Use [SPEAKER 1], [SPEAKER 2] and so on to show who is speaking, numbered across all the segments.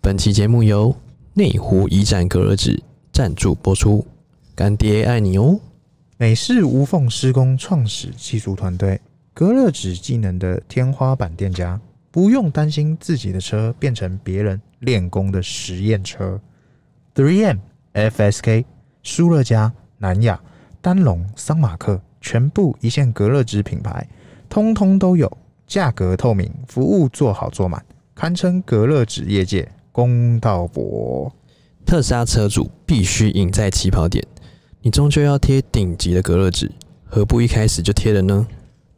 [SPEAKER 1] 本期节目由内湖一站隔热纸赞助播出，干爹爱你哦！
[SPEAKER 2] 美式无缝施工创始技术团队，隔热纸技能的天花板店家，不用担心自己的车变成别人练功的实验车。3M、FSK、舒乐家、南亚、丹龙、桑马克，全部一线隔热纸品牌，通通都有，价格透明，服务做好做满，堪称隔热纸业界公道伯。
[SPEAKER 1] 特斯拉车主必须赢在起跑点，你终究要贴顶级的隔热纸，何不一开始就贴了呢？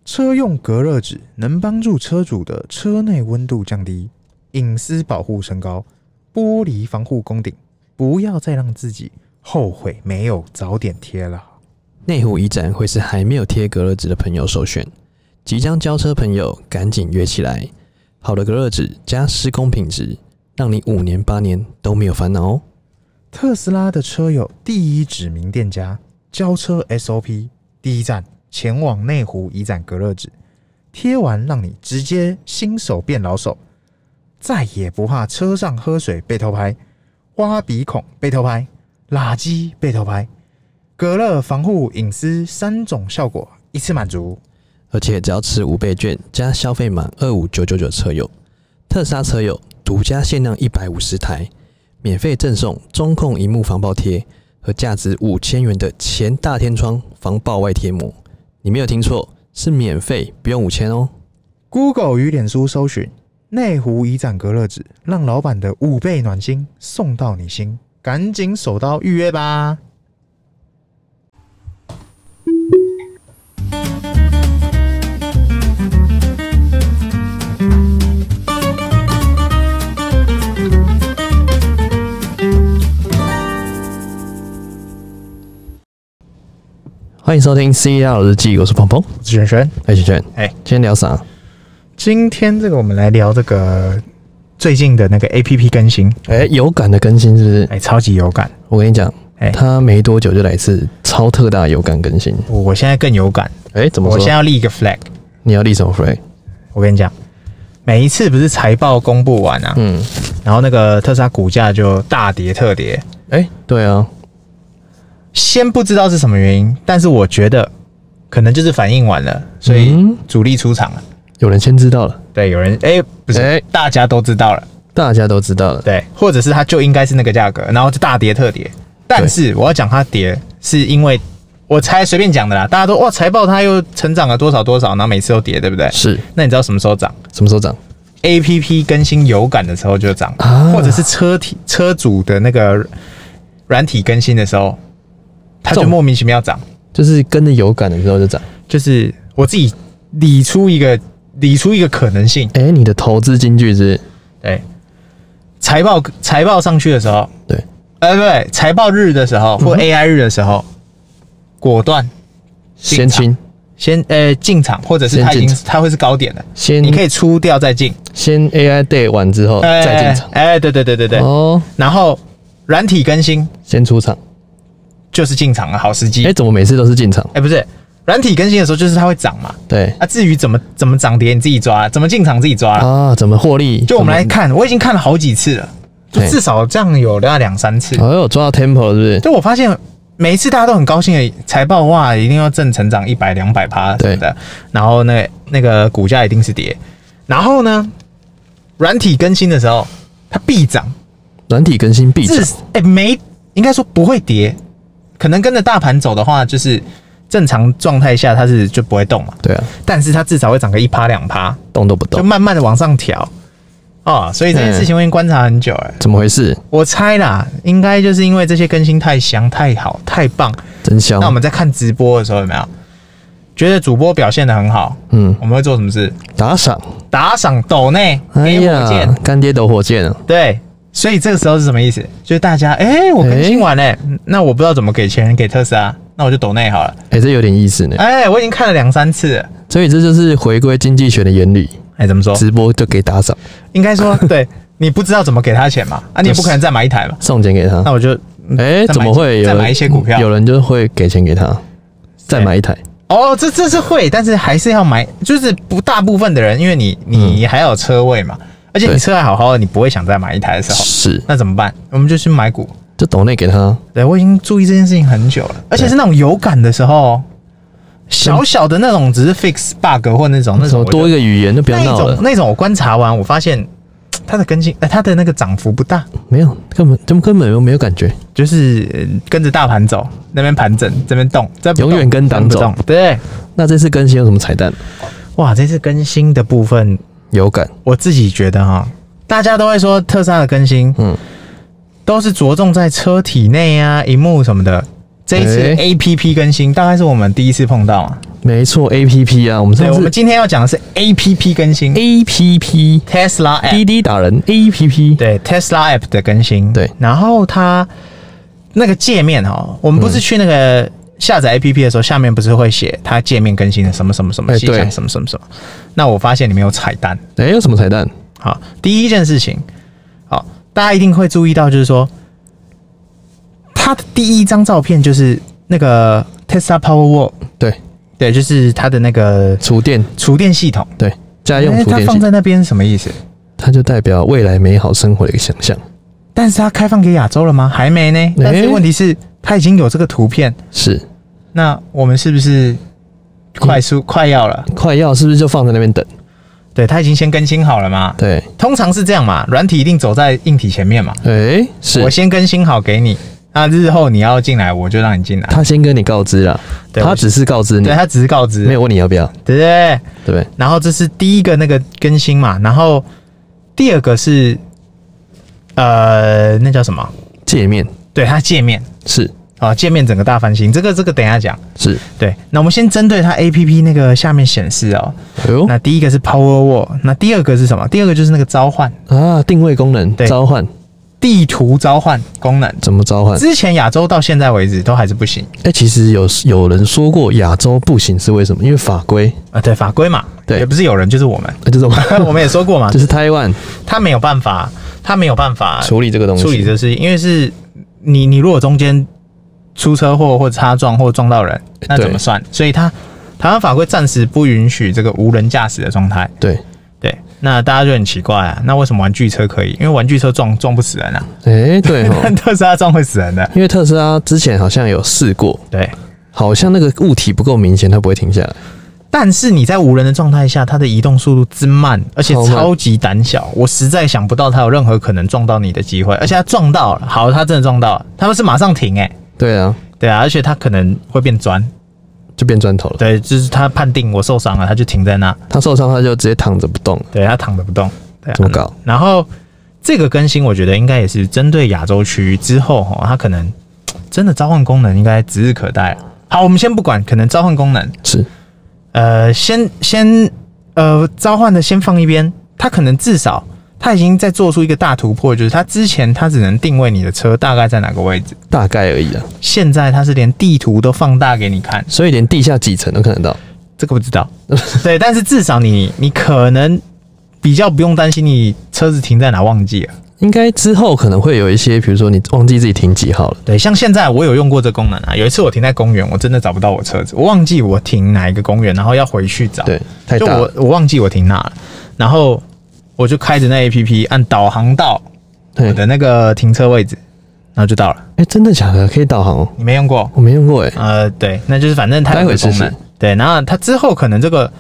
[SPEAKER 2] 车用隔热纸能帮助车主的车内温度降低，隐私保护升高，玻璃防护功顶，不要再让自己后悔没有早点贴了。
[SPEAKER 1] 内湖一站会是还没有贴隔热纸的朋友首选，即将交车朋友赶紧约起来。好的隔热纸加施工品质，让你五年八年都没有烦恼哦。
[SPEAKER 2] 特斯拉的车友第一指名店家，交车 SOP 第一站前往内湖一展隔热纸，贴完让你直接新手变老手，再也不怕车上喝水被偷拍、挖鼻孔被偷拍、垃圾被偷拍，隔热、防护、隐私三种效果一次满足。
[SPEAKER 1] 而且只要持五倍券加消费满二五九九九车友，特斯拉车友独家限量一百五十台，免费赠送中控荧幕防爆贴和价值五千元的前大天窗防爆外贴膜。你没有听错，是免费，不用五千哦。
[SPEAKER 2] Google 与脸书搜寻内湖一展隔热纸，让老板的五倍暖心送到你心，赶紧手刀预约吧！
[SPEAKER 1] 欢迎收听《C L 日记》，我是鹏鹏，
[SPEAKER 2] 我是璇璇，
[SPEAKER 1] 哎，轩轩，
[SPEAKER 2] 哎
[SPEAKER 1] 今天聊啥？
[SPEAKER 2] 今天这个我们来聊这个最近的那个 A P P 更新，
[SPEAKER 1] 哎，有感的更新是不是？
[SPEAKER 2] 哎、超级有感，
[SPEAKER 1] 我跟你讲，
[SPEAKER 2] 哎
[SPEAKER 1] 他没多久就来一次超特大有感更新。
[SPEAKER 2] 我我现在更有感，
[SPEAKER 1] 哎，怎么
[SPEAKER 2] 我
[SPEAKER 1] 说？
[SPEAKER 2] 现在要立一个 flag，
[SPEAKER 1] 你要立什么 flag？
[SPEAKER 2] 我跟你讲，每一次不是财报公布完啊，
[SPEAKER 1] 嗯，
[SPEAKER 2] 然后那个特斯拉股价就大跌特跌，
[SPEAKER 1] 哎，对啊，
[SPEAKER 2] 先不知道是什么原因，但是我觉得可能就是反应晚了，所以
[SPEAKER 1] 嗯
[SPEAKER 2] 主力出场了。
[SPEAKER 1] 有人先知道了，
[SPEAKER 2] 对，有人哎、不是、
[SPEAKER 1] 哎
[SPEAKER 2] 大家都知道了，
[SPEAKER 1] 大家都知道了。
[SPEAKER 2] 对，或者是它就应该是那个价格，然后就大跌特跌。但是我要讲它跌，是因为我猜随便讲的啦，大家都哇财报它又成长了多少多少，然后每次都跌，对不对？
[SPEAKER 1] 是
[SPEAKER 2] 那你知道什么时候涨
[SPEAKER 1] 什么时候涨？
[SPEAKER 2] ？A P P 更新有感的时候就涨，
[SPEAKER 1] 啊
[SPEAKER 2] 或者是车体车主的那个软体更新的时候，它
[SPEAKER 1] 这
[SPEAKER 2] 就
[SPEAKER 1] 种
[SPEAKER 2] 莫名其妙涨。
[SPEAKER 1] 就是跟着有感的时候就涨。
[SPEAKER 2] 就是我自己理出一个理出一个可能性，
[SPEAKER 1] 哎、你的投资金句是？
[SPEAKER 2] 对，财报财报上去的时候，
[SPEAKER 1] 对，
[SPEAKER 2] 呃，不对，财报日的时候或
[SPEAKER 1] 嗯
[SPEAKER 2] AI 日的时候，果断进
[SPEAKER 1] 先
[SPEAKER 2] 场
[SPEAKER 1] 清，
[SPEAKER 2] 先呃进场，或者是
[SPEAKER 1] 先
[SPEAKER 2] 它已
[SPEAKER 1] 进
[SPEAKER 2] 经它会是高点的，
[SPEAKER 1] 先
[SPEAKER 2] 你可以出掉再进，
[SPEAKER 1] 先 AI day 完之后
[SPEAKER 2] 哎
[SPEAKER 1] 再进场。
[SPEAKER 2] 哎，哎对对对对对，
[SPEAKER 1] 哦，
[SPEAKER 2] 然后软体更新
[SPEAKER 1] 先出场。
[SPEAKER 2] 就是进场的好时
[SPEAKER 1] 哎、
[SPEAKER 2] 机，
[SPEAKER 1] 怎么每次都是进场？
[SPEAKER 2] 哎，不是。软体更新的时候，就是它会涨嘛。
[SPEAKER 1] 对
[SPEAKER 2] 啊，至于怎么怎么涨跌，你自己抓，怎么进场自己抓啦。
[SPEAKER 1] 啊，怎么获利？
[SPEAKER 2] 就我们来
[SPEAKER 1] 怎
[SPEAKER 2] 看，我已经看了好几次了，就
[SPEAKER 1] 对
[SPEAKER 2] 至少这样有大概两三次。
[SPEAKER 1] 么，哎呦，抓到 tempo 了是不是？
[SPEAKER 2] 就我发现每一次大家都很高兴的财报，哇，一定要正成长一百两百趴什么的，然后那个那个股价一定是跌。然后呢，软体更新的时候它必涨，
[SPEAKER 1] 软体更新必涨
[SPEAKER 2] 至，哎、没应该说不会跌，可能跟着大盘走的话，就是正常状态下它是就不会动嘛，
[SPEAKER 1] 对啊，
[SPEAKER 2] 但是它至少会涨个一趴两趴，
[SPEAKER 1] 动都不
[SPEAKER 2] 就
[SPEAKER 1] 动，
[SPEAKER 2] 慢慢的往上调。哦，所以这件
[SPEAKER 1] 嗯
[SPEAKER 2] 事情我已经观察很久了。
[SPEAKER 1] 怎么回事？
[SPEAKER 2] 我猜啦，应该就是因为这些更新太香、太好、太棒。
[SPEAKER 1] 真香
[SPEAKER 2] 那我！们在看直播的时候有没有觉得主播表现的很好？
[SPEAKER 1] 嗯，
[SPEAKER 2] 我们会做什么事？
[SPEAKER 1] 打赏，
[SPEAKER 2] 打赏抖内
[SPEAKER 1] 哎
[SPEAKER 2] 给火箭
[SPEAKER 1] 呀，，干爹抖火箭啊！
[SPEAKER 2] 对。所以这个时候是什么意思？就是大家，哎、我更新完嘞、嗯那我不知道怎么给钱给特斯拉，那我就抖内好了。
[SPEAKER 1] 哎、这有点意思呢。
[SPEAKER 2] 哎、我已经看了两三次了，
[SPEAKER 1] 所以这就是回归经济学的原理，
[SPEAKER 2] 哎、怎么说？
[SPEAKER 1] 直播就给打赏，
[SPEAKER 2] 应该说， 对你不知道怎么给他钱嘛，啊，你也不可能再买一台嘛，
[SPEAKER 1] 送钱给他。
[SPEAKER 2] 那我就，
[SPEAKER 1] 哎、
[SPEAKER 2] 再买
[SPEAKER 1] 怎么会有
[SPEAKER 2] 再买一些股票
[SPEAKER 1] 有人就会给钱给他，再买一台。
[SPEAKER 2] 哦，这这是会，但是还是要买，就是不大部分的人，因为你你还要有车位嘛，而而且你
[SPEAKER 1] 嗯对
[SPEAKER 2] 车还好好的，你不会想再买一台的时候，
[SPEAKER 1] 是，
[SPEAKER 2] 那怎么办？我们就去买股。
[SPEAKER 1] 就抖内给他，
[SPEAKER 2] 对我已经注意这件事情很久了，而且是那种有感的时候，小小的那种只是 fix bug 或那种那
[SPEAKER 1] 什
[SPEAKER 2] 种
[SPEAKER 1] 么
[SPEAKER 2] 我
[SPEAKER 1] 多一个语言就不要
[SPEAKER 2] 那一
[SPEAKER 1] 闹
[SPEAKER 2] 种
[SPEAKER 1] 了，
[SPEAKER 2] 那种我观察完，我发现嘖它的更新，呃，它的那个涨幅不大，
[SPEAKER 1] 没有，根本根根本就没有感觉，
[SPEAKER 2] 就是、呃跟着大盘走，那边盘整，这边动，这边
[SPEAKER 1] 永远跟党
[SPEAKER 2] 不
[SPEAKER 1] 走
[SPEAKER 2] 动。对，
[SPEAKER 1] 那这次更新有什么彩蛋？
[SPEAKER 2] 哇，这次更新的部分，
[SPEAKER 1] 有感，
[SPEAKER 2] 我自己觉得哈，大家都会说特斯拉的更新
[SPEAKER 1] 嗯，
[SPEAKER 2] 都是着重在车体内啊、荧幕什么的。这一次
[SPEAKER 1] 哎
[SPEAKER 2] A P P 更新，大概是我们第一次碰到嘛。
[SPEAKER 1] 没错，A P P 啊，我们
[SPEAKER 2] 对，
[SPEAKER 1] 上
[SPEAKER 2] 我
[SPEAKER 1] 次
[SPEAKER 2] 们今天要讲的是 A P P 更新
[SPEAKER 1] A P P
[SPEAKER 2] ，Tesla App
[SPEAKER 1] 滴滴打人 A P P，
[SPEAKER 2] 对 Tesla App 的更新，
[SPEAKER 1] 对
[SPEAKER 2] 然后它那个界面哦，我们不是去那个下载 APP 的时候，下面不是会写它界面更新的什么什么什么
[SPEAKER 1] 哎
[SPEAKER 2] 细项
[SPEAKER 1] 对
[SPEAKER 2] 什么什么什么？那我发现里面有彩蛋。
[SPEAKER 1] 哎，有什么彩蛋？
[SPEAKER 2] 好，第一件事情，好，大家一定会注意到，就是说它的第一张照片就是那个 Tesla Powerwall，
[SPEAKER 1] 对，
[SPEAKER 2] 对，就是它的那个
[SPEAKER 1] 厨电，
[SPEAKER 2] 厨电系统。
[SPEAKER 1] 对，家
[SPEAKER 2] 哎
[SPEAKER 1] 用厨
[SPEAKER 2] 它
[SPEAKER 1] 电
[SPEAKER 2] 放
[SPEAKER 1] 器，
[SPEAKER 2] 在那边是什么意思？
[SPEAKER 1] 它就代表未来美好生活的一个想象，
[SPEAKER 2] 但是它开放给亚洲了吗？还没呢。但是问题是，它已经有这个图片，
[SPEAKER 1] 是
[SPEAKER 2] 那我们是不是快
[SPEAKER 1] 嗯
[SPEAKER 2] 速、快要了？
[SPEAKER 1] 快要是不是就放在那边等？
[SPEAKER 2] 对，它已经先更新好了嘛？
[SPEAKER 1] 对，
[SPEAKER 2] 通常是这样嘛，软体一定走在硬体前面嘛。
[SPEAKER 1] 哎，
[SPEAKER 2] 我
[SPEAKER 1] 是
[SPEAKER 2] 先更新好给你，那日后你要进来，我就让你进来。
[SPEAKER 1] 他先跟你告知了，
[SPEAKER 2] 对
[SPEAKER 1] 他
[SPEAKER 2] 我
[SPEAKER 1] 只是告知你
[SPEAKER 2] 对，，他只是告知，
[SPEAKER 1] 嗯没
[SPEAKER 2] 对
[SPEAKER 1] 有问你要不要，
[SPEAKER 2] 不对？
[SPEAKER 1] 对不对？
[SPEAKER 2] 然后这是第一个那个更新嘛，然后第二个是呃，那叫什么？
[SPEAKER 1] 界面
[SPEAKER 2] 对，它界面
[SPEAKER 1] 是
[SPEAKER 2] 啊，界面整个大翻新。这个这个等一下讲。
[SPEAKER 1] 是，
[SPEAKER 2] 对，那我们先针对它 A P P 那个下面显示哦。
[SPEAKER 1] 哎呦
[SPEAKER 2] 那第一个是 Power Wall，那第二个是什么？第二个就是那个召唤
[SPEAKER 1] 啊，定位功能
[SPEAKER 2] 对
[SPEAKER 1] 召唤
[SPEAKER 2] 地图召唤功能。
[SPEAKER 1] 怎么召唤？
[SPEAKER 2] 之前亚洲到现在为止都还是不行
[SPEAKER 1] 哎、其实有有人说过亚洲不行是为什么？因为法规，
[SPEAKER 2] 啊，对法规嘛，
[SPEAKER 1] 对
[SPEAKER 2] 也不是有人就是我们，
[SPEAKER 1] 呃，就是我们
[SPEAKER 2] 我们也说 过嘛
[SPEAKER 1] 就，是台湾
[SPEAKER 2] 他没有办法，他没有办法
[SPEAKER 1] 处理这个东西，
[SPEAKER 2] 啊处理这事情，因为是你你如果中间出车祸或擦撞或撞到人，那
[SPEAKER 1] 对
[SPEAKER 2] 怎么算？所以他台湾法规暂时不允许这个无人驾驶的状态。
[SPEAKER 1] 对，
[SPEAKER 2] 对，那大家就很奇怪啊，那为什么玩具车可以？因为玩具车撞撞不死人啊，
[SPEAKER 1] 哎、对哦，
[SPEAKER 2] 但 特斯拉撞会死人的。
[SPEAKER 1] 因为特斯拉之前好像有试过，
[SPEAKER 2] 对，
[SPEAKER 1] 好像那个物体不够明显，它不会停下来。
[SPEAKER 2] 但是你在无人的状态下，它的移动速度之慢，而且
[SPEAKER 1] 超慢
[SPEAKER 2] 超级胆小，我实在想不到它有任何可能撞到你的机会。而且它撞到了，好，它真的撞到了，他们是马上停、欸，
[SPEAKER 1] 对啊，
[SPEAKER 2] 对啊，而且它可能会变砖，
[SPEAKER 1] 就变砖头了。
[SPEAKER 2] 对，就是它判定我受伤了，它就停在那，
[SPEAKER 1] 他受伤，他就直接躺着不动了，
[SPEAKER 2] 对，它躺着不动，对、啊，
[SPEAKER 1] 怎么搞？
[SPEAKER 2] 然后这个更新，我觉得应该也是针对亚洲区之后哈，它可能真的召唤功能应该指日可待。啊好，我们先不管可能召唤功能，
[SPEAKER 1] 是
[SPEAKER 2] 呃，先先呃召唤的先放一边，它可能至少它已经在做出一个大突破，就是它之前它只能定位你的车大概在哪个位置，
[SPEAKER 1] 大概而已啊，
[SPEAKER 2] 现在它是连地图都放大给你看，
[SPEAKER 1] 所以连地下几层都看得到。
[SPEAKER 2] 这个不 知道，对，但是至少你你可能比较不用担心你车子停在哪忘记了。
[SPEAKER 1] 应该之后可能会有一些，比如说你忘记自己停几号了，
[SPEAKER 2] 对，像现在我有用过这功能啊。有一次我停在公园，我真的找不到我车子，我忘记我停哪一个公园，然后要回去找。，
[SPEAKER 1] 对，太
[SPEAKER 2] 就
[SPEAKER 1] 大
[SPEAKER 2] 我
[SPEAKER 1] 了，
[SPEAKER 2] 我忘记我停哪了，然后我就开着那 A P P 按导航到
[SPEAKER 1] 对
[SPEAKER 2] 我，的那个停车位置，然后就到了。
[SPEAKER 1] 哎、真的假的？可以导航哦，
[SPEAKER 2] 你没用过？
[SPEAKER 1] 我没用过哎、
[SPEAKER 2] 呃，对，那就是反正它
[SPEAKER 1] 待
[SPEAKER 2] 有
[SPEAKER 1] 会
[SPEAKER 2] 个功
[SPEAKER 1] 试试
[SPEAKER 2] 能。对，然后它之后可能这个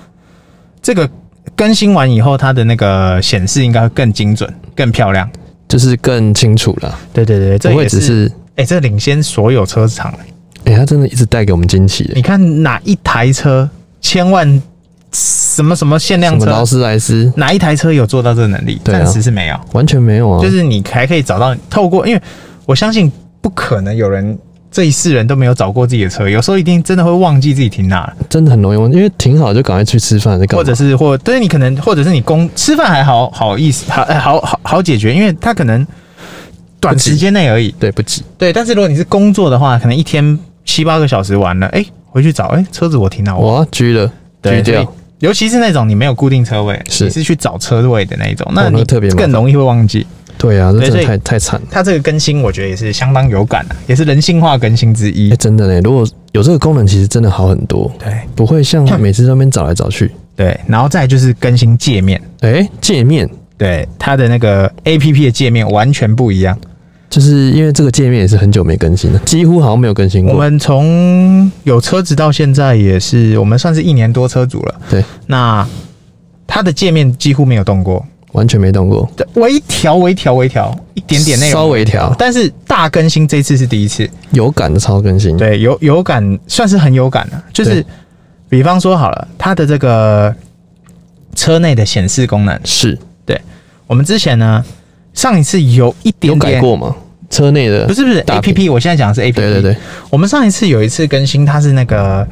[SPEAKER 2] 这个更新完以后，它的那个显示应该会更精准、更漂亮。
[SPEAKER 1] 就是更清楚了，
[SPEAKER 2] 对对对，这
[SPEAKER 1] 不会
[SPEAKER 2] 也
[SPEAKER 1] 只
[SPEAKER 2] 是
[SPEAKER 1] 是
[SPEAKER 2] 哎、这领先所有车厂、欸。
[SPEAKER 1] 哎、他真的一直带给我们惊哎喜耶，
[SPEAKER 2] 你看哪一台车，千万什么什么限
[SPEAKER 1] 什
[SPEAKER 2] 量
[SPEAKER 1] 么
[SPEAKER 2] 车
[SPEAKER 1] 劳，斯莱斯
[SPEAKER 2] 哪一台车有做到这个能力？
[SPEAKER 1] 对啊
[SPEAKER 2] 暂时是没有，
[SPEAKER 1] 完全没有啊，
[SPEAKER 2] 就是你还可以找到透过，因为我相信不可能有人这一世人都没有找过自己的车，有时候一定真的会忘记自己停哪了，
[SPEAKER 1] 真的很容易忘，因为停好就赶快去吃饭，在干嘛
[SPEAKER 2] 或者是或对你可能或者是你公吃饭还好好意思好哎好好好解决，因为他可能短时间内而已。
[SPEAKER 1] 对不起，
[SPEAKER 2] 对，但是如果你是工作的话，可能一天七八个小时完了，哎、回去找哎、车子我停哪？我
[SPEAKER 1] 哇，狙了，狙
[SPEAKER 2] 对，所以
[SPEAKER 1] 掉，
[SPEAKER 2] 尤其是那种你没有固定车位，
[SPEAKER 1] 是
[SPEAKER 2] 你是去找车位的那一种，
[SPEAKER 1] 哦
[SPEAKER 2] 那
[SPEAKER 1] 那
[SPEAKER 2] 你
[SPEAKER 1] 个特别麻烦
[SPEAKER 2] 更容易会忘记。
[SPEAKER 1] 对啊，这
[SPEAKER 2] 对
[SPEAKER 1] 真
[SPEAKER 2] 所
[SPEAKER 1] 的
[SPEAKER 2] 以
[SPEAKER 1] 太太惨了，
[SPEAKER 2] 它这个更新，我觉得也是相当有感啊，也是人性化更新之一
[SPEAKER 1] 哎、。真的嘞，如果有这个功能，其实真的好很多，
[SPEAKER 2] 对
[SPEAKER 1] 不会像每次在那边找来找去，
[SPEAKER 2] 对，然后再来就是更新界面，
[SPEAKER 1] 哎、界面
[SPEAKER 2] 对，它的那个 A P P 的界面完全不一样。
[SPEAKER 1] 就是因为这个界面也是很久没更新了，几乎好像没有更新
[SPEAKER 2] 我
[SPEAKER 1] 过。
[SPEAKER 2] 们从有车子到现在也是，我们算是一年多车主了。
[SPEAKER 1] 对，
[SPEAKER 2] 那它的界面几乎没有动过，
[SPEAKER 1] 完全没动过，
[SPEAKER 2] 对微调、微调、微调，一点点内容
[SPEAKER 1] 稍嗯微调，
[SPEAKER 2] 但是大更新这次是第一次，
[SPEAKER 1] 有感的超更新。
[SPEAKER 2] 对，有有感，算是很有感了、就是
[SPEAKER 1] 对
[SPEAKER 2] 比方说好了，它的这个车内的显示功能，
[SPEAKER 1] 是
[SPEAKER 2] 我们之前呢上一次有一
[SPEAKER 1] 有
[SPEAKER 2] 点
[SPEAKER 1] 改
[SPEAKER 2] 点，
[SPEAKER 1] 过吗？车内的
[SPEAKER 2] 不是不是
[SPEAKER 1] 大
[SPEAKER 2] A
[SPEAKER 1] 屏
[SPEAKER 2] P P，我现在讲的是 A P P，
[SPEAKER 1] 对对对，
[SPEAKER 2] 我们上一次有一次更新，它是那个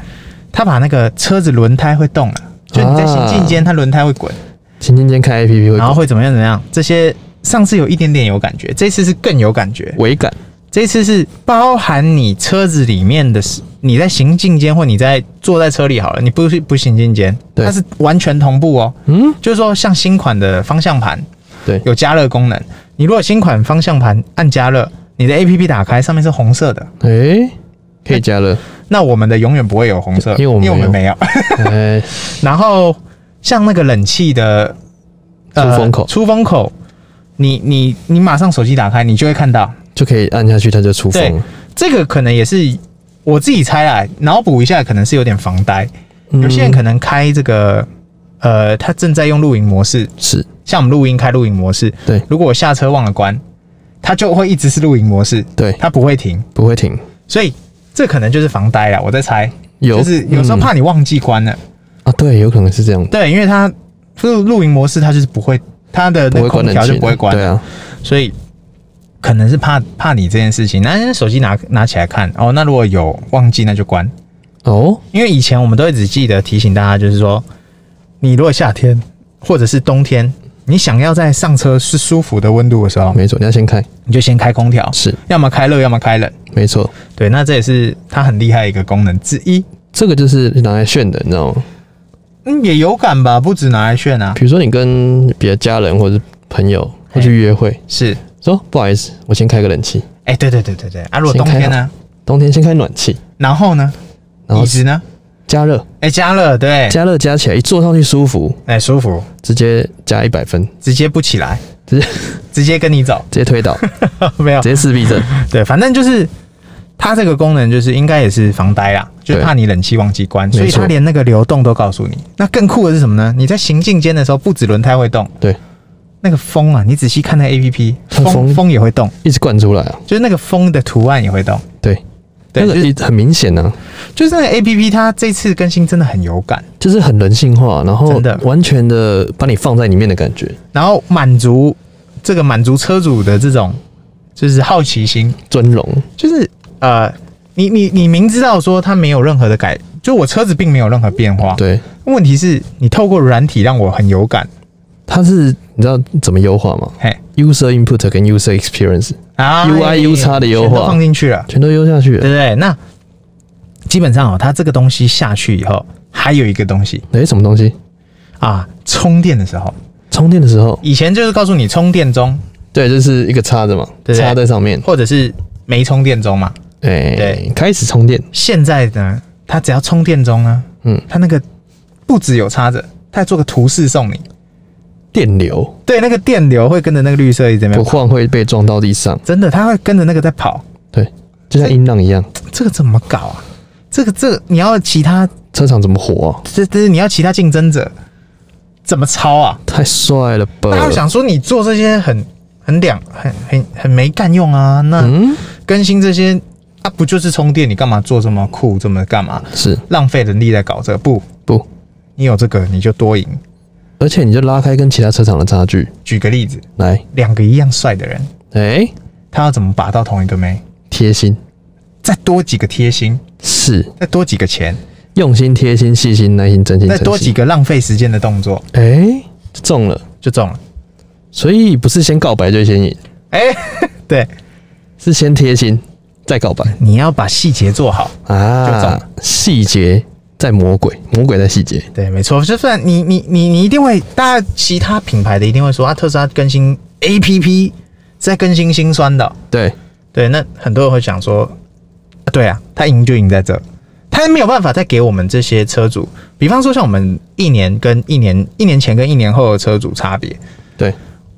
[SPEAKER 2] 它把那个车子轮胎会动了，啊就你在行进间它轮胎会滚，
[SPEAKER 1] 啊前今天开 A P P 会
[SPEAKER 2] 然后
[SPEAKER 1] 有
[SPEAKER 2] 会怎么样怎么样，这些上次有一点点有感觉，这次是更有感觉。
[SPEAKER 1] 违感，
[SPEAKER 2] 这次是包含你车子里面的事，你在行进间或你在坐在车里好了，你不是不行进间，
[SPEAKER 1] 对
[SPEAKER 2] 它是完全同步哦。
[SPEAKER 1] 嗯，
[SPEAKER 2] 就是说，像新款的方向盘，
[SPEAKER 1] 对
[SPEAKER 2] 有加热功能。你如果新款方向盘按加热，你的 A P P 打开，上面是红色的，
[SPEAKER 1] 诶、可以加 了，
[SPEAKER 2] 那我们的永远不会有红色，
[SPEAKER 1] 因为我们没有
[SPEAKER 2] 没有。
[SPEAKER 1] 哎、
[SPEAKER 2] 然后像那个冷气的呃
[SPEAKER 1] 出风口
[SPEAKER 2] 出风口，你你你马上手机打开，你就会看到。
[SPEAKER 1] 就可以按下去，它就出风了。
[SPEAKER 2] 这个可能也是我自己猜啦，脑补一下，可能是有点防呆。
[SPEAKER 1] 嗯
[SPEAKER 2] 有些人可能开这个，呃，他正在用录影模式，
[SPEAKER 1] 是
[SPEAKER 2] 像我们录音开录影模式，
[SPEAKER 1] 对
[SPEAKER 2] 如果我下车忘了关，它就会一直是录影模式，
[SPEAKER 1] 对，
[SPEAKER 2] 它不会停，
[SPEAKER 1] 不会停，
[SPEAKER 2] 所以这可能就是防呆啦，我在猜，
[SPEAKER 1] 有
[SPEAKER 2] 就是有时候
[SPEAKER 1] 嗯
[SPEAKER 2] 怕你忘记关了，
[SPEAKER 1] 啊，对，有可能是这样，
[SPEAKER 2] 对，因为它就是录影模式，它就是不会，它的
[SPEAKER 1] 不
[SPEAKER 2] 那
[SPEAKER 1] 会
[SPEAKER 2] 个
[SPEAKER 1] 关
[SPEAKER 2] 空调
[SPEAKER 1] 冷
[SPEAKER 2] 就
[SPEAKER 1] 气，
[SPEAKER 2] 不会关，
[SPEAKER 1] 对啊，
[SPEAKER 2] 所以可能是怕怕你这件事情。那手机拿拿起来看，哦，那如果有忘记，那就关。
[SPEAKER 1] 哦，
[SPEAKER 2] 因为以前我们都会只记得提醒大家，就是说，你如果夏天或者是冬天，你想要在上车是舒服的温度的时候，
[SPEAKER 1] 没错，你要先开，
[SPEAKER 2] 你就先开空调，
[SPEAKER 1] 是
[SPEAKER 2] 要么开热，要么开冷。
[SPEAKER 1] 没错，
[SPEAKER 2] 对，那这也是它很厉害的一个功能之一。
[SPEAKER 1] 这个就是拿来炫的，你知道吗？
[SPEAKER 2] 嗯，也有感吧，不止拿来炫啊，
[SPEAKER 1] 比如说你跟别的家人或者是朋友会去约会，
[SPEAKER 2] 是，
[SPEAKER 1] 说不好意思，我先开个冷气，
[SPEAKER 2] 哎、对对对对对。啊，如果
[SPEAKER 1] 先
[SPEAKER 2] 冬
[SPEAKER 1] 开
[SPEAKER 2] 天呢？
[SPEAKER 1] 冬天先开暖气，
[SPEAKER 2] 然后呢？
[SPEAKER 1] 然后
[SPEAKER 2] 椅子呢？
[SPEAKER 1] 加热，
[SPEAKER 2] 哎、加热，对，
[SPEAKER 1] 加热加起来一坐上去舒服，
[SPEAKER 2] 哎、舒服，
[SPEAKER 1] 直接加一百分，
[SPEAKER 2] 直接不起来，
[SPEAKER 1] 直接
[SPEAKER 2] 直接跟你走，
[SPEAKER 1] 直接推倒，
[SPEAKER 2] 没有
[SPEAKER 1] 直，接自闭症，
[SPEAKER 2] 对，反正就是它这个功能就是应该也是防呆啦，就是
[SPEAKER 1] 对
[SPEAKER 2] 怕你冷气忘记关，所以
[SPEAKER 1] 没错
[SPEAKER 2] 它连那个流动都告诉你。那更酷的是什么呢？你在行进间的时候，不止轮胎会动，
[SPEAKER 1] 对，
[SPEAKER 2] 那个风啊，你仔细看那 A P P，
[SPEAKER 1] 它
[SPEAKER 2] 风
[SPEAKER 1] 风
[SPEAKER 2] 风也会动，
[SPEAKER 1] 一直灌出来啊，
[SPEAKER 2] 就是那个风的图案也会动，
[SPEAKER 1] 对，
[SPEAKER 2] 对，
[SPEAKER 1] 那个
[SPEAKER 2] 就是
[SPEAKER 1] 一很明显啊，
[SPEAKER 2] 就是那个 A P P，它这次更新真的很有感，
[SPEAKER 1] 就是很人性化，然后
[SPEAKER 2] 真的
[SPEAKER 1] 完全的把你放在里面的感觉，
[SPEAKER 2] 然后满足这个满足车主的这种就是好奇心，
[SPEAKER 1] 尊荣，
[SPEAKER 2] 就是呃，你你你明知道说它没有任何的改，就我车子并没有任何变化，
[SPEAKER 1] 对，
[SPEAKER 2] 问题是，你透过软体让我很有感，
[SPEAKER 1] 它是你知道怎么优化吗
[SPEAKER 2] 嘿
[SPEAKER 1] ？User input 跟 user experience
[SPEAKER 2] 啊
[SPEAKER 1] UI U 叉的优化
[SPEAKER 2] 全都放进去了，
[SPEAKER 1] 全都优下去
[SPEAKER 2] 对
[SPEAKER 1] 了，
[SPEAKER 2] 不对？那基本上哦，它这个东西下去以后，还有一个东西
[SPEAKER 1] 诶，什么东西？
[SPEAKER 2] 啊，充电的时候，
[SPEAKER 1] 充电的时候，
[SPEAKER 2] 以前就是告诉你充电中，
[SPEAKER 1] 对，就是一个插着嘛，
[SPEAKER 2] 对
[SPEAKER 1] 插在上面，
[SPEAKER 2] 或者是没充电中嘛。
[SPEAKER 1] 哎、
[SPEAKER 2] 对
[SPEAKER 1] 开始充电，
[SPEAKER 2] 现在呢，它只要充电中呢，
[SPEAKER 1] 嗯，
[SPEAKER 2] 它那个不只有插着，它还做个图示送你，
[SPEAKER 1] 电流
[SPEAKER 2] 对，那个电流会跟着那个绿色一直没
[SPEAKER 1] 不晃会被撞到地上，
[SPEAKER 2] 真的，它会跟着那个在跑，
[SPEAKER 1] 对，就像音浪一样，
[SPEAKER 2] 这个怎么搞啊？这个这个你要其他
[SPEAKER 1] 车厂怎么活、啊？
[SPEAKER 2] 这这你要其他竞争者怎么抄啊？
[SPEAKER 1] 太帅了吧！
[SPEAKER 2] 大家会想说你做这些很很两很很很没干用啊，那
[SPEAKER 1] 嗯，
[SPEAKER 2] 更新这些啊不就是充电？你干嘛做这么酷这么干嘛？
[SPEAKER 1] 是
[SPEAKER 2] 浪费人力在搞这个不？
[SPEAKER 1] 不？
[SPEAKER 2] 你有这个你就多赢。
[SPEAKER 1] 而且你就拉开跟其他车厂的差距
[SPEAKER 2] 举个例子，
[SPEAKER 1] 来，
[SPEAKER 2] 两个一样帅的人，
[SPEAKER 1] 哎、
[SPEAKER 2] 他要怎么把到同一个妹？
[SPEAKER 1] 贴心
[SPEAKER 2] 再多几个贴心，
[SPEAKER 1] 是
[SPEAKER 2] 再多几个钱，
[SPEAKER 1] 用心、贴心、细心、耐心、真心、
[SPEAKER 2] 再
[SPEAKER 1] 诚
[SPEAKER 2] 多几
[SPEAKER 1] 信，
[SPEAKER 2] 个浪费时间的动作
[SPEAKER 1] 哎、就中了。
[SPEAKER 2] 就中了。
[SPEAKER 1] 所以不是先告白就先赢，
[SPEAKER 2] 哎、对，
[SPEAKER 1] 是先贴心再告白
[SPEAKER 2] 你要把细节做好。就中
[SPEAKER 1] 啊
[SPEAKER 2] 了，
[SPEAKER 1] 细节在魔鬼，魔鬼在细节，
[SPEAKER 2] 对，没错，就算你你你你一定会，大家其他品牌的一定会说啊，特斯拉更新 A P P 在更新心酸的哦，
[SPEAKER 1] 对，
[SPEAKER 2] 对，那很多人会想说，啊对啊，他赢就赢在这，他没有办法再给我们这些车主，比方说像我们一年跟一年一年前跟一年后的车主差别，
[SPEAKER 1] 对，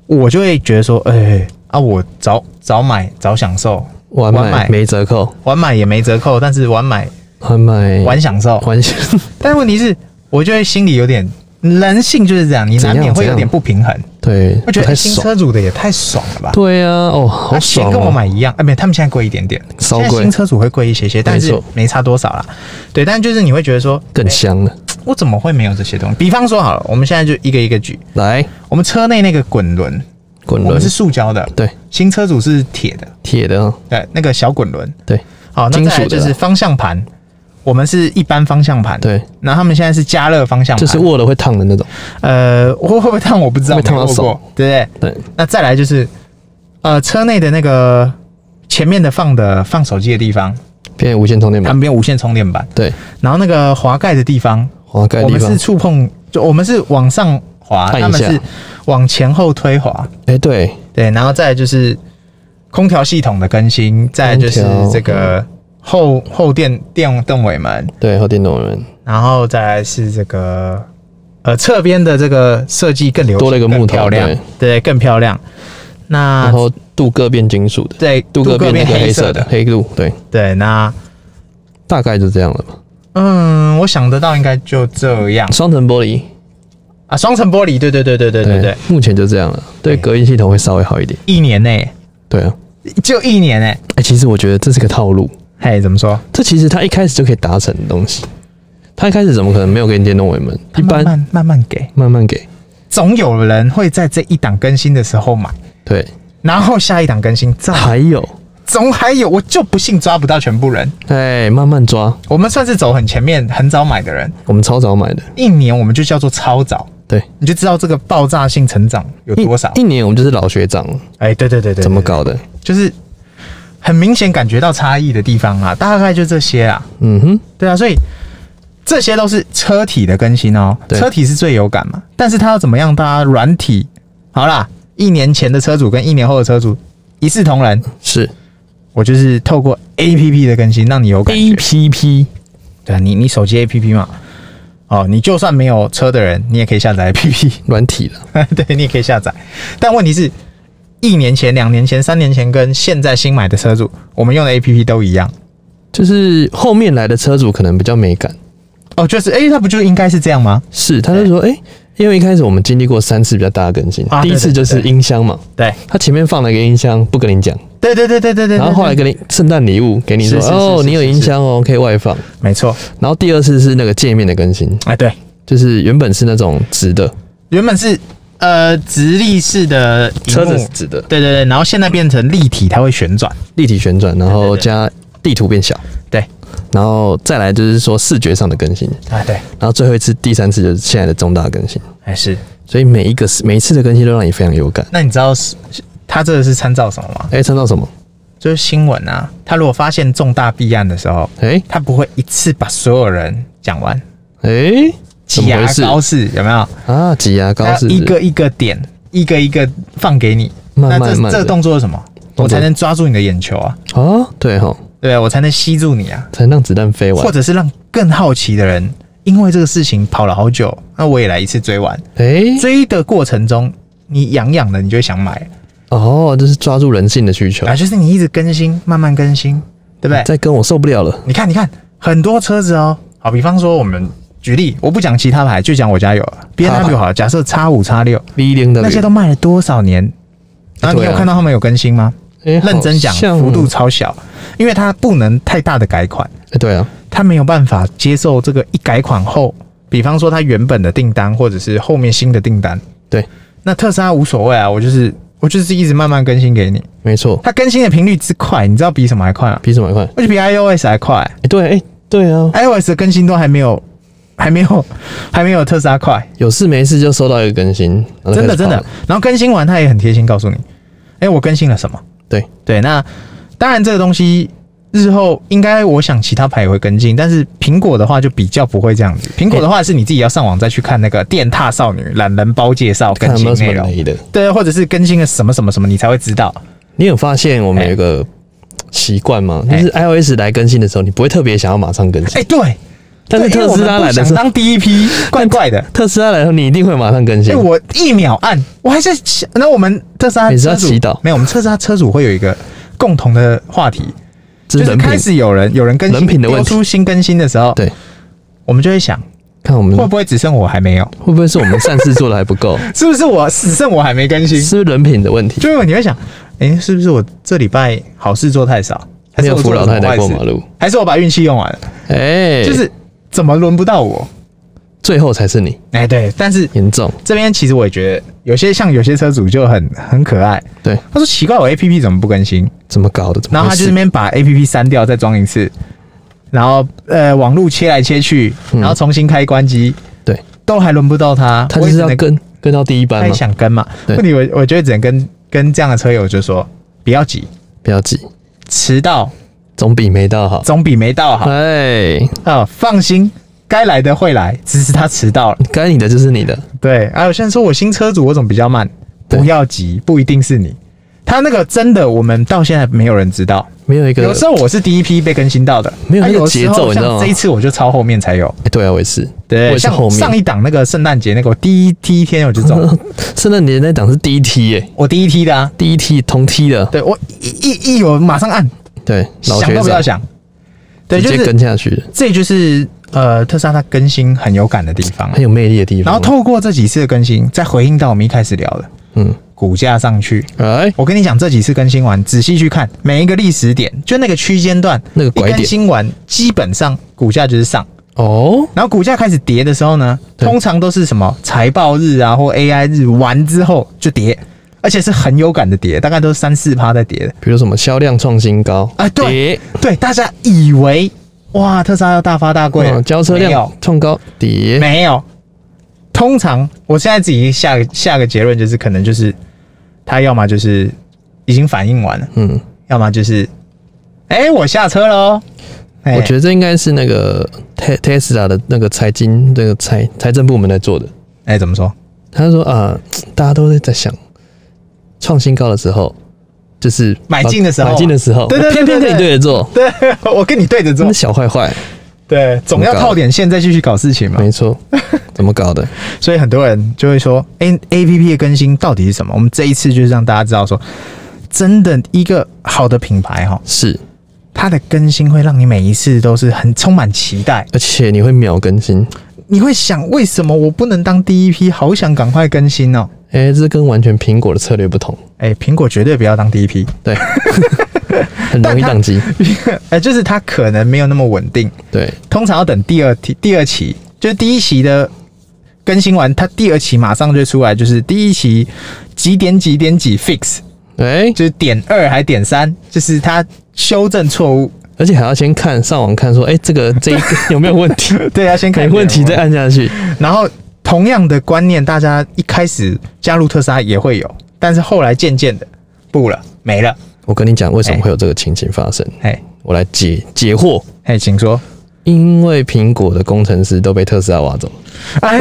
[SPEAKER 2] 我就会觉得说，哎、啊，我早早买早享受，
[SPEAKER 1] 晚
[SPEAKER 2] 晚买
[SPEAKER 1] 买没折扣，
[SPEAKER 2] 晚买也没折扣，但是晚买
[SPEAKER 1] 晚买
[SPEAKER 2] 晚享受。
[SPEAKER 1] 晚享
[SPEAKER 2] 但问题是，我就会心里有点人性就是这样，你难
[SPEAKER 1] 怎
[SPEAKER 2] 免
[SPEAKER 1] 样
[SPEAKER 2] 会
[SPEAKER 1] 怎
[SPEAKER 2] 有
[SPEAKER 1] 样
[SPEAKER 2] 点不平衡，
[SPEAKER 1] 对，
[SPEAKER 2] 会觉
[SPEAKER 1] 不太
[SPEAKER 2] 得哎新
[SPEAKER 1] 爽。
[SPEAKER 2] 车主的也太爽了吧？
[SPEAKER 1] 对啊，哦，好
[SPEAKER 2] 他钱
[SPEAKER 1] 爽
[SPEAKER 2] 跟我
[SPEAKER 1] 哦，
[SPEAKER 2] 买一样，哎、没有，他们现在贵一点点，
[SPEAKER 1] 稍
[SPEAKER 2] 现在
[SPEAKER 1] 贵
[SPEAKER 2] 新车主会贵一些些，但
[SPEAKER 1] 没
[SPEAKER 2] 是
[SPEAKER 1] 错
[SPEAKER 2] 没差多少啦。对，但就是你会觉得说，
[SPEAKER 1] 更香了。
[SPEAKER 2] 我怎么会没有这些东西？比方说好了，我们现在就一个一个举，
[SPEAKER 1] 来，
[SPEAKER 2] 我们车内那个滚轮，
[SPEAKER 1] 滚
[SPEAKER 2] 我们
[SPEAKER 1] 轮
[SPEAKER 2] 是，塑胶的，
[SPEAKER 1] 对，
[SPEAKER 2] 新车主是铁的，
[SPEAKER 1] 铁的啊，
[SPEAKER 2] 对，那个小滚轮。
[SPEAKER 1] 对
[SPEAKER 2] 好，那
[SPEAKER 1] 金
[SPEAKER 2] 再来
[SPEAKER 1] 属的
[SPEAKER 2] 就是
[SPEAKER 1] 啦
[SPEAKER 2] 方向盘，我们是一般方向盘，
[SPEAKER 1] 对，
[SPEAKER 2] 然后他们现在是加热方向
[SPEAKER 1] 就
[SPEAKER 2] 盘，
[SPEAKER 1] 是握了会烫的那种。
[SPEAKER 2] 呃，会会不会烫我不知道，
[SPEAKER 1] 会不会烫到
[SPEAKER 2] 没握过
[SPEAKER 1] 手，
[SPEAKER 2] 对不对？
[SPEAKER 1] 对，
[SPEAKER 2] 那再来就是，呃，车内的那个前面的放的放手机的地方，
[SPEAKER 1] 变无线充电板，
[SPEAKER 2] 旁边无线充电板，
[SPEAKER 1] 对，
[SPEAKER 2] 然后那个滑盖的地方，
[SPEAKER 1] 滑盖
[SPEAKER 2] 我
[SPEAKER 1] 地
[SPEAKER 2] 们
[SPEAKER 1] 方
[SPEAKER 2] 是。触碰，就我们是往上滑，
[SPEAKER 1] 按一
[SPEAKER 2] 他们
[SPEAKER 1] 下
[SPEAKER 2] 是往前后推滑，
[SPEAKER 1] 哎、对，
[SPEAKER 2] 对，然后再来就是空调系统的更新，再来就是
[SPEAKER 1] 空调
[SPEAKER 2] 这个后后电电动尾门，
[SPEAKER 1] 对，和电动人
[SPEAKER 2] 然后再来是这个呃侧边的这个设计更流行
[SPEAKER 1] 多了一个木头
[SPEAKER 2] 更漂亮，对，更漂亮。那
[SPEAKER 1] 然后镀铬变金属的，
[SPEAKER 2] 对
[SPEAKER 1] 镀铬变那个
[SPEAKER 2] 黑
[SPEAKER 1] 黑色的
[SPEAKER 2] 的，
[SPEAKER 1] 黑镀，对，
[SPEAKER 2] 对，那
[SPEAKER 1] 大概就这样了吧。
[SPEAKER 2] 嗯，我想得到应该就这样
[SPEAKER 1] 双层玻璃，
[SPEAKER 2] 啊，双层玻璃，对对对对对对对，
[SPEAKER 1] 目前就这样了。对，
[SPEAKER 2] 对
[SPEAKER 1] 隔音系统会稍微好一点。
[SPEAKER 2] 一年内
[SPEAKER 1] 对啊，
[SPEAKER 2] 就一年哎，
[SPEAKER 1] 哎、其实我觉得这是个套路，
[SPEAKER 2] 嘿，怎么说？
[SPEAKER 1] 这其实他一开始就可以达成的东西。他一开始怎么可能没有给你电动尾门？一般
[SPEAKER 2] 慢慢慢慢给，
[SPEAKER 1] 慢慢给，
[SPEAKER 2] 总有人会在这一档更新的时候买，
[SPEAKER 1] 对，
[SPEAKER 2] 然后下一档更新 再
[SPEAKER 1] 还有，
[SPEAKER 2] 总还有，我就不信抓不到全部人。
[SPEAKER 1] 哎、慢慢抓，
[SPEAKER 2] 我们算是走很前面、很早买的人，
[SPEAKER 1] 我们超早买的，
[SPEAKER 2] 一年我们就叫做超早，
[SPEAKER 1] 对，
[SPEAKER 2] 你就知道这个爆炸性成长有
[SPEAKER 1] 一
[SPEAKER 2] 多少。
[SPEAKER 1] 一年我们就是老学长了，
[SPEAKER 2] 哎、对对对对，
[SPEAKER 1] 怎么
[SPEAKER 2] 对？
[SPEAKER 1] 搞的？
[SPEAKER 2] 就是很明显感觉到差异的地方啊，大概就这些啊。
[SPEAKER 1] 嗯哼，
[SPEAKER 2] 对啊，所以这些都是车体的更新哦，
[SPEAKER 1] 对
[SPEAKER 2] 车体是最有感嘛。但是它要怎么样？大家软体好啦，一年前的车主跟一年后的车主一视同仁。
[SPEAKER 1] 是
[SPEAKER 2] 我就是透过 A P P 的更新，让你有感觉。
[SPEAKER 1] APP，
[SPEAKER 2] 对啊，你你手机 A P P 嘛，哦，你就算没有车的人，你也可以下载 A P P，
[SPEAKER 1] 软体了，
[SPEAKER 2] 对，你也可以下载。但问题是，一年前、两年前、三年前跟现在新买的车主，我们用的 A P P 都一样。
[SPEAKER 1] 就是后面来的车主可能比较没感，
[SPEAKER 2] 哦，就是，诶，它不就应该是这样吗？
[SPEAKER 1] 是，他就说，哎、因为一开始我们经历过三次比较大的更新，
[SPEAKER 2] 啊
[SPEAKER 1] 第一次就是音箱嘛，
[SPEAKER 2] 对，
[SPEAKER 1] 他前面放了一个音箱，不跟你讲，
[SPEAKER 2] 对对对对对对对。
[SPEAKER 1] 然后后来
[SPEAKER 2] 对
[SPEAKER 1] 给你圣诞礼物给你说，
[SPEAKER 2] 是是是
[SPEAKER 1] 哦，
[SPEAKER 2] 是
[SPEAKER 1] 你有
[SPEAKER 2] 是
[SPEAKER 1] 音箱哦，可以外放。
[SPEAKER 2] 没错，
[SPEAKER 1] 然后第二次是那个界面的更新，
[SPEAKER 2] 哎，对，
[SPEAKER 1] 就是原本是那种直的
[SPEAKER 2] 原本是呃直立式的荧
[SPEAKER 1] 车
[SPEAKER 2] 幕
[SPEAKER 1] 子是直的
[SPEAKER 2] 对对对，然后现在变成立体，它会旋转。
[SPEAKER 1] 立体旋转，然后
[SPEAKER 2] 对对对
[SPEAKER 1] 加地图变小，
[SPEAKER 2] 对，
[SPEAKER 1] 然后再来就是说视觉上的更新，
[SPEAKER 2] 啊，对，
[SPEAKER 1] 然后最后一次第三次就是现在的重大更新。
[SPEAKER 2] 还是。
[SPEAKER 1] 所以每一个每一次的更新都让你非常有感。
[SPEAKER 2] 那你知道是是它这个是参照什么吗？
[SPEAKER 1] 哎、参照什么？
[SPEAKER 2] 就是新闻啊，他如果发现重大弊案的时候，
[SPEAKER 1] 哎、
[SPEAKER 2] 他不会一次把所有人讲完，
[SPEAKER 1] 哎、怎
[SPEAKER 2] 挤
[SPEAKER 1] 么
[SPEAKER 2] 牙
[SPEAKER 1] 回事
[SPEAKER 2] 膏式有没有？
[SPEAKER 1] 啊？挤牙膏
[SPEAKER 2] 他
[SPEAKER 1] 是不是
[SPEAKER 2] 一个一个点，一个一个放给你。
[SPEAKER 1] 慢慢
[SPEAKER 2] 那这
[SPEAKER 1] 慢的
[SPEAKER 2] 这个动作是什么？
[SPEAKER 1] 作
[SPEAKER 2] 我才能抓住你的眼球啊，
[SPEAKER 1] 啊？对哈，
[SPEAKER 2] 对我才能吸住你啊，
[SPEAKER 1] 才让子弹飞完
[SPEAKER 2] 或。者是让更好奇的人因为这个事情跑了好久，那我也来一次追完。
[SPEAKER 1] 哎、
[SPEAKER 2] 追的过程中，你痒痒的，你就会想买，
[SPEAKER 1] 哦，就是抓住人性的需求
[SPEAKER 2] 啊，。就是你一直更新，慢慢更新，对不对？
[SPEAKER 1] 再跟我受不了了，
[SPEAKER 2] 你看，你看，很多车子哦，好，比方说我们举例，我不讲其他牌，就讲我家有 B N
[SPEAKER 1] 好
[SPEAKER 2] W
[SPEAKER 1] 好
[SPEAKER 2] 好了，假设叉五叉六
[SPEAKER 1] V 零的
[SPEAKER 2] 那些都卖了多少年？然后你
[SPEAKER 1] 对啊
[SPEAKER 2] 有看到他们有更新吗？
[SPEAKER 1] 哎
[SPEAKER 2] 认真讲，
[SPEAKER 1] 好像
[SPEAKER 2] 幅度超小，因为它不能太大的改款，
[SPEAKER 1] 哎、对啊，
[SPEAKER 2] 它没有办法接受这个一改款后，比方说它原本的订单或者是后面新的订单。
[SPEAKER 1] 对，
[SPEAKER 2] 那特斯拉无所谓啊，我就是我就是一直慢慢更新给你，
[SPEAKER 1] 没错，
[SPEAKER 2] 它更新的频率之快，你知道比什么还快吗？
[SPEAKER 1] 比什么还快？哎、
[SPEAKER 2] 而且比 iOS 还快、
[SPEAKER 1] 对，哎、对啊，
[SPEAKER 2] iOS 的更新都还没有，还没有，还没有特斯拉快，
[SPEAKER 1] 有事没事就收到一个更新，然后就
[SPEAKER 2] 真的
[SPEAKER 1] 开始
[SPEAKER 2] 真的
[SPEAKER 1] 跑了。
[SPEAKER 2] 然后更新完，它也很贴心告诉你，哎、我更新了什么？
[SPEAKER 1] 对
[SPEAKER 2] 对，那当然这个东西日后应该我想其他牌也会跟进，但是苹果的话就比较不会这样子。苹果的话是你自己要上网再去看那个电踏少女懒人包介绍更
[SPEAKER 1] 看有没
[SPEAKER 2] 新
[SPEAKER 1] 有什么
[SPEAKER 2] 内容，
[SPEAKER 1] 雷的。
[SPEAKER 2] 对，或者是更新了什么什么什么，你才会知道。
[SPEAKER 1] 你有发现我们
[SPEAKER 2] 哎
[SPEAKER 1] 有一个习惯吗？就
[SPEAKER 2] 哎
[SPEAKER 1] 是 iOS 来更新的时候，你不会特别想要马上更新
[SPEAKER 2] 哎、。对，
[SPEAKER 1] 但是
[SPEAKER 2] 对因为
[SPEAKER 1] 特斯拉
[SPEAKER 2] 我们不
[SPEAKER 1] 来的
[SPEAKER 2] 想
[SPEAKER 1] 时候，
[SPEAKER 2] 当第一批，怪怪 的。
[SPEAKER 1] 特斯拉来的时候你一定会马上更
[SPEAKER 2] 哎、
[SPEAKER 1] 新。
[SPEAKER 2] 我一秒按，我还在想，那我们特斯拉
[SPEAKER 1] 每次要
[SPEAKER 2] 车主
[SPEAKER 1] 祈祷
[SPEAKER 2] 没有，我们特斯拉车主会有一个共同的话题，
[SPEAKER 1] 这
[SPEAKER 2] 就是是
[SPEAKER 1] 人品
[SPEAKER 2] 开，始有人有人更新
[SPEAKER 1] 人品的问题
[SPEAKER 2] 丢出新更新的时候，
[SPEAKER 1] 对，嗯
[SPEAKER 2] 我们就会想，
[SPEAKER 1] 看我们
[SPEAKER 2] 会不会只剩我还没有？
[SPEAKER 1] 会不会是我们善事做的还不够，
[SPEAKER 2] 是不是我只剩我还没更新？
[SPEAKER 1] 是不是人品的问题？
[SPEAKER 2] 就是你会想，哎、是不是我这礼拜好事做太少，还
[SPEAKER 1] 没
[SPEAKER 2] 是
[SPEAKER 1] 有
[SPEAKER 2] 我
[SPEAKER 1] 扶
[SPEAKER 2] 做了
[SPEAKER 1] 老
[SPEAKER 2] 什么
[SPEAKER 1] 太太
[SPEAKER 2] 坏
[SPEAKER 1] 过
[SPEAKER 2] 事
[SPEAKER 1] 马路，
[SPEAKER 2] 还是我把运气用完了？
[SPEAKER 1] 哎，
[SPEAKER 2] 就是怎么轮不到我？
[SPEAKER 1] 最后才是你
[SPEAKER 2] 哎、对，但是
[SPEAKER 1] 严重，
[SPEAKER 2] 这边其实我也觉得有些像有些车主就很很可爱，
[SPEAKER 1] 对，
[SPEAKER 2] 他说奇怪，我 A P P 怎么不更新？
[SPEAKER 1] 怎么搞的？怎么
[SPEAKER 2] 然后
[SPEAKER 1] 回
[SPEAKER 2] 他就
[SPEAKER 1] 事
[SPEAKER 2] 那边把 A P P 删掉，再装一次，然后呃网路切来切去，
[SPEAKER 1] 嗯
[SPEAKER 2] 然后重新开关机，
[SPEAKER 1] 对，
[SPEAKER 2] 都还轮不到他，
[SPEAKER 1] 他就
[SPEAKER 2] 我也
[SPEAKER 1] 是
[SPEAKER 2] 只
[SPEAKER 1] 要
[SPEAKER 2] 能
[SPEAKER 1] 跟跟到第一
[SPEAKER 2] 他
[SPEAKER 1] 班
[SPEAKER 2] 也
[SPEAKER 1] 嘛，
[SPEAKER 2] 想跟嘛。
[SPEAKER 1] 对
[SPEAKER 2] 问题我我觉得只能跟跟这样的车友就说不要急，
[SPEAKER 1] 不要急，
[SPEAKER 2] 迟到
[SPEAKER 1] 总比没到好。
[SPEAKER 2] 总比没到好啊、哦
[SPEAKER 1] 哎，
[SPEAKER 2] 放心。该来的会来，只是他迟到了。
[SPEAKER 1] 该你的就是你的，
[SPEAKER 2] 对，啊，有些人说我新车主，我怎么比较慢？
[SPEAKER 1] 对
[SPEAKER 2] 不要急，不一定是你。他那个真的，我们到现在没有人知道。
[SPEAKER 1] 没有一个
[SPEAKER 2] 有时候我是第一批被更新到的，
[SPEAKER 1] 没有
[SPEAKER 2] 啊
[SPEAKER 1] 那个
[SPEAKER 2] 有时候
[SPEAKER 1] 节奏你知道
[SPEAKER 2] 像
[SPEAKER 1] 吗
[SPEAKER 2] 这一次我就超后面才有。
[SPEAKER 1] 哎对啊，我也是，我
[SPEAKER 2] 对，
[SPEAKER 1] 也是
[SPEAKER 2] 像
[SPEAKER 1] 后面
[SPEAKER 2] 上一档那个圣诞节那个，我第一第一天我就中，
[SPEAKER 1] 圣诞节那档是第一梯耶，
[SPEAKER 2] 我第一梯的啊。
[SPEAKER 1] 第一梯同梯的，
[SPEAKER 2] 对我一一一我马上按，
[SPEAKER 1] 对，老
[SPEAKER 2] 想
[SPEAKER 1] 学
[SPEAKER 2] 都不
[SPEAKER 1] 长
[SPEAKER 2] 要想。对，
[SPEAKER 1] 直
[SPEAKER 2] 就
[SPEAKER 1] 接
[SPEAKER 2] 是
[SPEAKER 1] 跟下去的，
[SPEAKER 2] 这就是呃特斯拉它更新很有感的地方啊
[SPEAKER 1] 很。有魅力的地方。
[SPEAKER 2] 然后透过这几次的更新，再回应到我们一开始聊的
[SPEAKER 1] 嗯，
[SPEAKER 2] 股价上去，
[SPEAKER 1] 哎，
[SPEAKER 2] 我跟你讲，这几次更新完，仔细去看每一个历史点，就那个区间段，
[SPEAKER 1] 那个拐
[SPEAKER 2] 一更
[SPEAKER 1] 点
[SPEAKER 2] 新完，基本上股价就是上。
[SPEAKER 1] 哦，
[SPEAKER 2] 然后股价开始跌的时候呢，
[SPEAKER 1] 对
[SPEAKER 2] 通常都是什么财报日啊，或 AI 日完之后就跌，而且是很有感的跌，大概都是三四趴在跌的。
[SPEAKER 1] 比如什么销量创新高
[SPEAKER 2] 啊对
[SPEAKER 1] 跌
[SPEAKER 2] 对，大家以为哇，特斯拉要大发大贵了
[SPEAKER 1] 嗯，交车
[SPEAKER 2] 没有
[SPEAKER 1] 量创高跌，
[SPEAKER 2] 没有。通常我现在自己下个下个结论就是，可能就是它要么就是已经反应完了。
[SPEAKER 1] 嗯，
[SPEAKER 2] 要么就是，哎、我下车喽。哎
[SPEAKER 1] 我觉得这应该是那个 Te- Tesla 的那个财经这个财财政部门在做的。
[SPEAKER 2] 哎、怎么说？
[SPEAKER 1] 他说啊，大家都在想创新高的时候，就是
[SPEAKER 2] 买进的时候
[SPEAKER 1] 买进的时候，
[SPEAKER 2] 对对对
[SPEAKER 1] 偏偏
[SPEAKER 2] 对
[SPEAKER 1] 跟你对着做，
[SPEAKER 2] 对，我跟你对着
[SPEAKER 1] 真
[SPEAKER 2] 做
[SPEAKER 1] 的，小坏坏，
[SPEAKER 2] 对，总要
[SPEAKER 1] 怎么搞
[SPEAKER 2] 套点线再继续搞事情嘛。
[SPEAKER 1] 没错， 怎么搞的？
[SPEAKER 2] 所以很多人就会说，哎、a P P 的更新到底是什么？我们这一次就是让大家知道说，真的一个好的品牌哈，
[SPEAKER 1] 是，
[SPEAKER 2] 它的更新会让你每一次都是很充满期待，
[SPEAKER 1] 而且你会秒更新，
[SPEAKER 2] 你会想为什么我不能当第一批？好想赶快更新哦。
[SPEAKER 1] 哎、这跟完全苹果的策略不同，
[SPEAKER 2] 哎、苹果绝对不要当第一批，
[SPEAKER 1] 对，很容易宕机，
[SPEAKER 2] 哎、就是它可能没有那么稳定，
[SPEAKER 1] 对，
[SPEAKER 2] 通常要等第二期，第二期就是第一期的更新完，它第二期马上就出来，就是第一期几点几点几 fix，
[SPEAKER 1] 哎、
[SPEAKER 2] 就是点二还点三，就是它修正错误。
[SPEAKER 1] 而且还要先看上网看说，哎、这 个这一个有没有问题？
[SPEAKER 2] 对啊，先看
[SPEAKER 1] 没问题再
[SPEAKER 2] 的。
[SPEAKER 1] 按下去，
[SPEAKER 2] 然后同样的观念，大家一开始加入特斯拉也会有，但是后来渐渐的不了，没了。
[SPEAKER 1] 我跟你讲，为什么会有这个情形发生？
[SPEAKER 2] 哎
[SPEAKER 1] 我来解解惑，
[SPEAKER 2] 哎，请说。
[SPEAKER 1] 因为苹果的工程师都被特斯拉挖 走了。
[SPEAKER 2] 哎，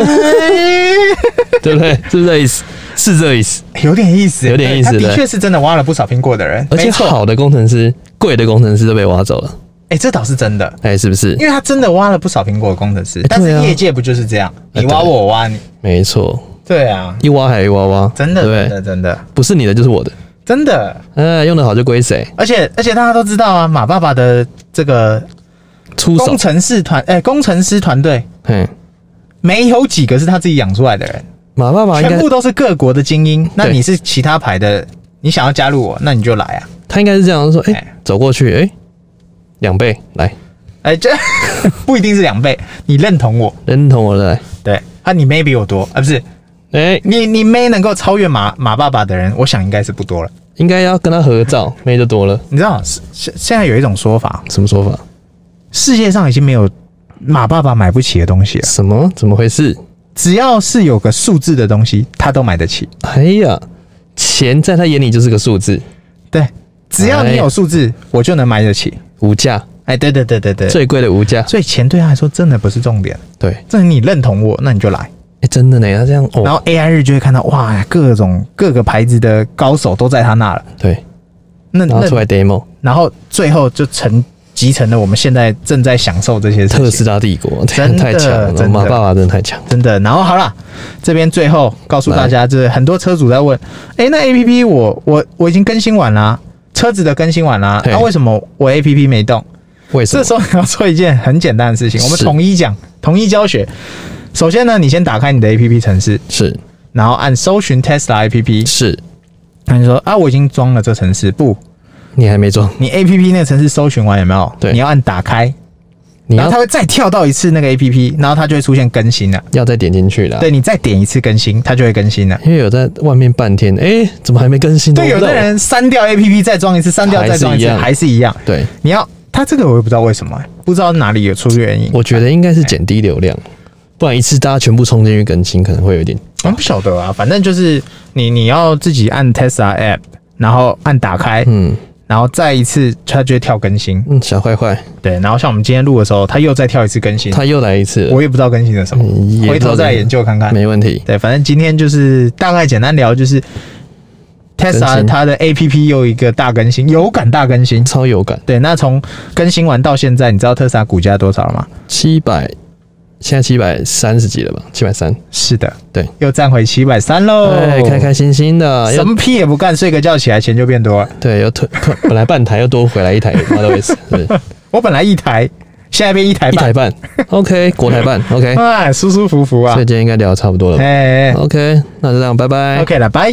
[SPEAKER 1] 对不对？是不是这意思？是这意思。
[SPEAKER 2] 有点意思，
[SPEAKER 1] 有点意思
[SPEAKER 2] 对他的
[SPEAKER 1] 对
[SPEAKER 2] 确是真的挖了不少苹果的人，
[SPEAKER 1] 而且
[SPEAKER 2] 没错，
[SPEAKER 1] 好的工程师、贵的工程师都被挖走了，
[SPEAKER 2] 哎，这倒是真的。
[SPEAKER 1] 哎，是不是
[SPEAKER 2] 因？为他真的挖了不少苹果的工程师，
[SPEAKER 1] 对啊
[SPEAKER 2] 但是业界不就是这样，
[SPEAKER 1] 哎
[SPEAKER 2] 你挖我，我挖你，
[SPEAKER 1] 没错，
[SPEAKER 2] 对啊，
[SPEAKER 1] 一挖还一挖挖，
[SPEAKER 2] 真的，
[SPEAKER 1] 对
[SPEAKER 2] 真
[SPEAKER 1] 不对，
[SPEAKER 2] 的，真的，
[SPEAKER 1] 不是你的就是我的，
[SPEAKER 2] 真的，
[SPEAKER 1] 哎，用的好就归谁，
[SPEAKER 2] 而且而且大家都知道啊，马爸爸的这个
[SPEAKER 1] 出手
[SPEAKER 2] 工，程师团，哎、工程师团队
[SPEAKER 1] 嗯，
[SPEAKER 2] 没有几个是他自己养出来的人，
[SPEAKER 1] 马爸啊爸应
[SPEAKER 2] 全
[SPEAKER 1] 该
[SPEAKER 2] 部都是各国的精英。那
[SPEAKER 1] 对
[SPEAKER 2] 你是其他牌的，你想要加入我，那你就来啊，
[SPEAKER 1] 他应该是这样说，哎
[SPEAKER 2] 哎，
[SPEAKER 1] 走过去，哎，两倍来
[SPEAKER 2] 哎、这 不一定是两倍，你认同我，
[SPEAKER 1] 认同我的来，
[SPEAKER 2] 对啊，你 may 比我多啊，不是
[SPEAKER 1] 哎，
[SPEAKER 2] 你你 may 能够超越马马爸爸的人，我想应该是不多了。
[SPEAKER 1] 应该要跟他合照，妹就多了，
[SPEAKER 2] 你知道是现现在有一种说法，
[SPEAKER 1] 什么说法？
[SPEAKER 2] 世界上已经没有马爸爸买不起的东西了，
[SPEAKER 1] 什么？怎么回事？
[SPEAKER 2] 只要是有个数字的东西，他都买得起。
[SPEAKER 1] 哎呀，钱在他眼里就是个数字，
[SPEAKER 2] 对，只要你有数字，我就能买得起。
[SPEAKER 1] 无价，
[SPEAKER 2] 哎，对对对对对，
[SPEAKER 1] 哎
[SPEAKER 2] 所
[SPEAKER 1] 最贵的无价
[SPEAKER 2] 以，钱对他来说真的不是重点，
[SPEAKER 1] 对，
[SPEAKER 2] 这你认同我，那你就来。
[SPEAKER 1] 哎，真的呢，他这样
[SPEAKER 2] 然
[SPEAKER 1] 哦，
[SPEAKER 2] 后 AI 日就会看到，哇，各种各个牌子的高手都在他那了。
[SPEAKER 1] 对。
[SPEAKER 2] 那
[SPEAKER 1] 然后出
[SPEAKER 2] 那
[SPEAKER 1] 来 demo，
[SPEAKER 2] 然后最后就成集成了我们现在正在享受这些事情
[SPEAKER 1] 特斯拉帝国
[SPEAKER 2] 真的
[SPEAKER 1] 太强了，
[SPEAKER 2] 真的
[SPEAKER 1] 马爸爸真的太强。
[SPEAKER 2] 真的。然后好啦，这边最后告诉大家，就是很多车主在问，哎、那 A P P 我我我已经更新完啦、车子的更新完啦、
[SPEAKER 1] 嘿
[SPEAKER 2] 那、为什么我 A P P 没动？
[SPEAKER 1] 为什
[SPEAKER 2] 这
[SPEAKER 1] 么？
[SPEAKER 2] 时候你要做一件很简单的事情，我们
[SPEAKER 1] 是
[SPEAKER 2] 统一讲，统一教学。首先呢，你先打开你的 A P P 程式，
[SPEAKER 1] 是
[SPEAKER 2] 然后按搜寻 Tesla A P P，
[SPEAKER 1] 是，
[SPEAKER 2] 那你说啊，我已经装了这程式，不，
[SPEAKER 1] 你还没装，
[SPEAKER 2] 你 A P P 那个程式搜寻完有没有？
[SPEAKER 1] 对
[SPEAKER 2] 你要按打开，
[SPEAKER 1] 你
[SPEAKER 2] 然
[SPEAKER 1] 要
[SPEAKER 2] 后它会再跳到一次那个 A P P，然后它就会出现更新了。
[SPEAKER 1] 要再点进去啦。
[SPEAKER 2] 对你再点一次更新，它就会更新了。
[SPEAKER 1] 因为有在外面半天，哎、怎么还没更新呢？
[SPEAKER 2] 对，有
[SPEAKER 1] 我不
[SPEAKER 2] 的
[SPEAKER 1] 知道
[SPEAKER 2] 人删掉 A P P 再装一次，删掉再
[SPEAKER 1] 还是
[SPEAKER 2] 装一
[SPEAKER 1] 一
[SPEAKER 2] 次，
[SPEAKER 1] 样
[SPEAKER 2] 还是一样。
[SPEAKER 1] 对，
[SPEAKER 2] 你要它这个我也不知道为什么、欸不知道哪里有出原因，
[SPEAKER 1] 我觉得应
[SPEAKER 2] 哎
[SPEAKER 1] 该是减低流量，不然一次大家全部冲进去更新，可能会有点
[SPEAKER 2] 我不晓得啊。反正就是你你要自己按 Tesla App，然后按打开，
[SPEAKER 1] 嗯
[SPEAKER 2] 然后再一次它就会跳更新。
[SPEAKER 1] 嗯小坏坏，
[SPEAKER 2] 对，然后像我们今天录的时候，它又再跳一次更新，
[SPEAKER 1] 他又来一次了，
[SPEAKER 2] 我也不知道更新了什么
[SPEAKER 1] 嗯也，不
[SPEAKER 2] 回
[SPEAKER 1] 知道
[SPEAKER 2] 头再
[SPEAKER 1] 更新
[SPEAKER 2] 研究看看。
[SPEAKER 1] 没问题。
[SPEAKER 2] 对，反正今天就是大概简单聊，就是 Tesla
[SPEAKER 1] 新
[SPEAKER 2] 它的 APP 又一个大更新，有感大更新。
[SPEAKER 1] 超有感，
[SPEAKER 2] 对，那从更新完到现在，你知道特斯拉股价多少了吗？
[SPEAKER 1] 七百，现在七百三十几了吧？七百三，
[SPEAKER 2] 是的，
[SPEAKER 1] 对，哎
[SPEAKER 2] 又站回七百三喽。
[SPEAKER 1] 对，开开心心的，
[SPEAKER 2] 哦什
[SPEAKER 1] 又
[SPEAKER 2] 么屁也不干，睡个觉起来钱就变多了。
[SPEAKER 1] 对，又退，退本来半台又多回来 一台 Model S，是不是
[SPEAKER 2] 我本来一台，现在变一台
[SPEAKER 1] 一台
[SPEAKER 2] 半，
[SPEAKER 1] 半，OK，国台半，OK，
[SPEAKER 2] 哎，舒舒服服啊
[SPEAKER 1] 所以。今天应该聊得差不多了吧
[SPEAKER 2] 哎哎
[SPEAKER 1] ，OK，那就这样，拜拜
[SPEAKER 2] 哎。，OK 了，拜。